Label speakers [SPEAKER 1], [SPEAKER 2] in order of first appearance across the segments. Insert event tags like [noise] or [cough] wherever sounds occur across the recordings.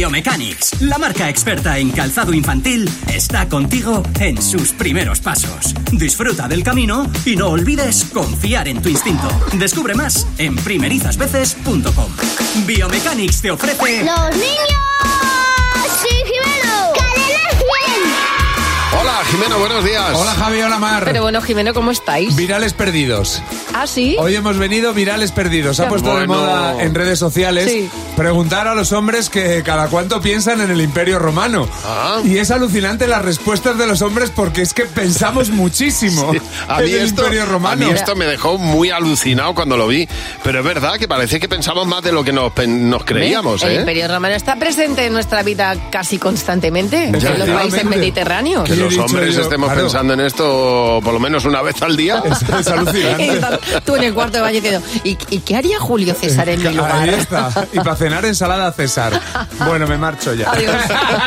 [SPEAKER 1] Biomechanics, la marca experta en calzado infantil, está contigo en sus primeros pasos. Disfruta del camino y no olvides confiar en tu instinto. Descubre más en primerizasveces.com. Biomechanics te ofrece.
[SPEAKER 2] ¡Los niños! ¡Sí, Jimeno!
[SPEAKER 3] Hola, Jimeno, buenos días.
[SPEAKER 4] Hola Javi, hola Mar.
[SPEAKER 5] Pero bueno, Jimeno, ¿cómo estáis?
[SPEAKER 4] Virales perdidos.
[SPEAKER 5] ¿Ah, sí?
[SPEAKER 4] Hoy hemos venido virales perdidos. Se ha
[SPEAKER 5] Ya.
[SPEAKER 4] puesto de
[SPEAKER 3] Bueno.
[SPEAKER 4] moda en redes sociales
[SPEAKER 5] Sí.
[SPEAKER 4] preguntar a los hombres que cada cuánto piensan en el Imperio Romano.
[SPEAKER 3] Ah.
[SPEAKER 4] Y es alucinante las respuestas de los hombres porque es que pensamos muchísimo
[SPEAKER 3] A
[SPEAKER 4] en
[SPEAKER 3] mí,
[SPEAKER 4] el
[SPEAKER 3] esto,
[SPEAKER 4] Imperio
[SPEAKER 3] a
[SPEAKER 4] Romano.
[SPEAKER 3] mí esto me dejó muy alucinado cuando lo vi, pero es verdad que parece que pensamos más de lo que nos, pen- nos creíamos,
[SPEAKER 5] El
[SPEAKER 3] ¿eh?
[SPEAKER 5] Imperio Romano está presente en nuestra vida casi constantemente, en los
[SPEAKER 4] Efectivamente.
[SPEAKER 5] países mediterráneos.
[SPEAKER 3] Que
[SPEAKER 4] Y he
[SPEAKER 3] los
[SPEAKER 4] dicho
[SPEAKER 3] hombres
[SPEAKER 4] yo,
[SPEAKER 3] estemos
[SPEAKER 4] claro.
[SPEAKER 3] pensando en esto por lo menos una vez al día.
[SPEAKER 4] Es, es
[SPEAKER 5] [laughs]
[SPEAKER 4] alucinante.
[SPEAKER 5] Tú en el cuarto de baño diciendo, ¿y, y qué haría Julio César en mi
[SPEAKER 4] Ahí
[SPEAKER 5] lugar?
[SPEAKER 4] está. Y para cenar ensalada César. Bueno, me marcho ya.
[SPEAKER 5] Adiós.
[SPEAKER 4] [laughs]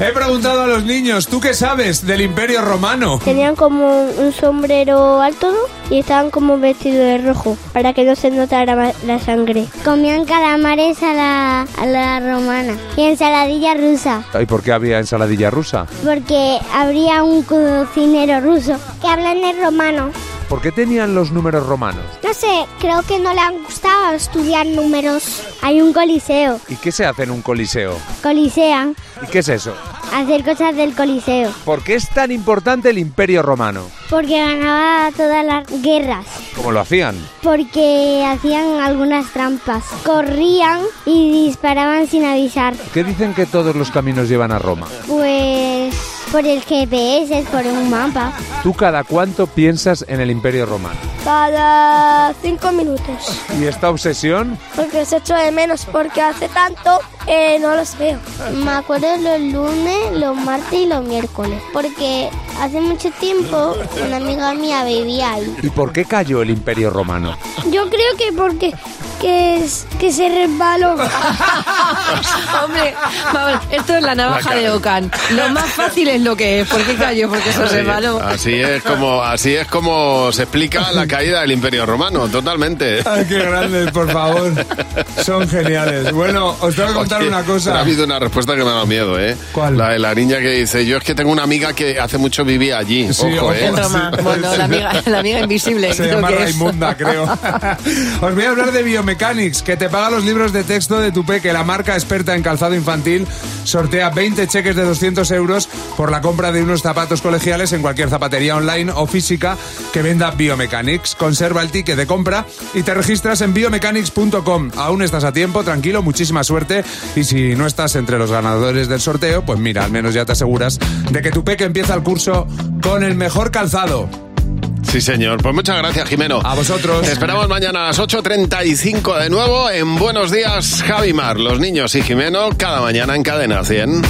[SPEAKER 4] He preguntado a los niños, ¿tú qué sabes del Imperio Romano?
[SPEAKER 2] Tenían como un sombrero alto ¿no? y estaban como vestidos de rojo para que no se notara ma- la sangre. Comían calamares a la, a la romana y ensaladilla rusa
[SPEAKER 4] ¿Y por qué había ensaladilla rusa?
[SPEAKER 2] porque habría un cocinero ruso que hablan en romano.
[SPEAKER 4] ¿Por qué tenían los números romanos?
[SPEAKER 2] No sé, creo que no le han gustado estudiar números. Hay un coliseo,
[SPEAKER 4] ¿Y qué se hace en un coliseo?
[SPEAKER 2] colisean,
[SPEAKER 4] ¿Y qué es eso?
[SPEAKER 2] hacer cosas del coliseo.
[SPEAKER 4] ¿Por qué es tan importante el imperio romano?
[SPEAKER 2] Porque ganaba todas las guerras.
[SPEAKER 4] ¿Cómo lo hacían?
[SPEAKER 2] Porque hacían algunas trampas. Corrían y disparaban sin avisar.
[SPEAKER 4] ¿Qué dicen que todos los caminos llevan a Roma?
[SPEAKER 2] Pues por el GPS, por un mapa.
[SPEAKER 4] ¿Tú cada cuánto piensas en el imperio romano?
[SPEAKER 2] Cada cinco minutos.
[SPEAKER 4] ¿Y esta obsesión?
[SPEAKER 2] Porque os echo de menos, porque hace tanto no los veo. Me acuerdo los lunes, los martes y los miércoles. Porque hace mucho tiempo una amiga mía vivía ahí.
[SPEAKER 4] ¿Y por qué cayó el imperio romano?
[SPEAKER 2] Yo creo que porque que, es, que se resbaló.
[SPEAKER 5] [laughs] Hombre, vamos, esto es la navaja
[SPEAKER 3] La cara.
[SPEAKER 5] de Ocan. Lo más fácil es lo que es. ¿Por qué callo? Porque eso se Pues malo.
[SPEAKER 3] Así es como así es como se explica la caída del Imperio Romano, totalmente.
[SPEAKER 4] Ay, qué grandes, por favor. Son geniales. Bueno, os tengo que contar
[SPEAKER 3] Oye,
[SPEAKER 4] una
[SPEAKER 3] pero Ha
[SPEAKER 4] cosa.
[SPEAKER 3] habido una respuesta que me ha dado miedo, ¿eh?
[SPEAKER 4] ¿Cuál?
[SPEAKER 3] La de la niña que dice, yo es que tengo una amiga que hace mucho vivía allí.
[SPEAKER 4] Sí,
[SPEAKER 3] Ojo,
[SPEAKER 4] ojo.
[SPEAKER 3] ¿eh?
[SPEAKER 5] En Roma.
[SPEAKER 4] Sí.
[SPEAKER 5] Bueno, la amiga, la amiga invisible.
[SPEAKER 4] Se
[SPEAKER 5] creo
[SPEAKER 4] llama
[SPEAKER 5] que es.
[SPEAKER 4] Raimunda,
[SPEAKER 5] [laughs]
[SPEAKER 4] creo. Os voy a hablar de Biomechanics, que te paga los libros de texto de tu peque. La marca experta en calzado infantil sortea 20 cheques de 200 euros por la compra de unos zapatos colegiales en cualquier zapatería online o física que venda Biomechanics. Conserva el ticket de compra y te registras en biomechanics.com. Aún estás a tiempo, tranquilo, muchísima suerte. Y si no estás entre los ganadores del sorteo, pues mira, al menos ya te aseguras de que tu peque empieza el curso con el mejor calzado.
[SPEAKER 3] Sí, señor. Pues muchas gracias, Jimeno.
[SPEAKER 4] A vosotros.
[SPEAKER 3] Te esperamos mañana a las 8.35 de nuevo en Buenos Días, Javimar. Los niños y Jimeno, cada mañana en Cadena 100.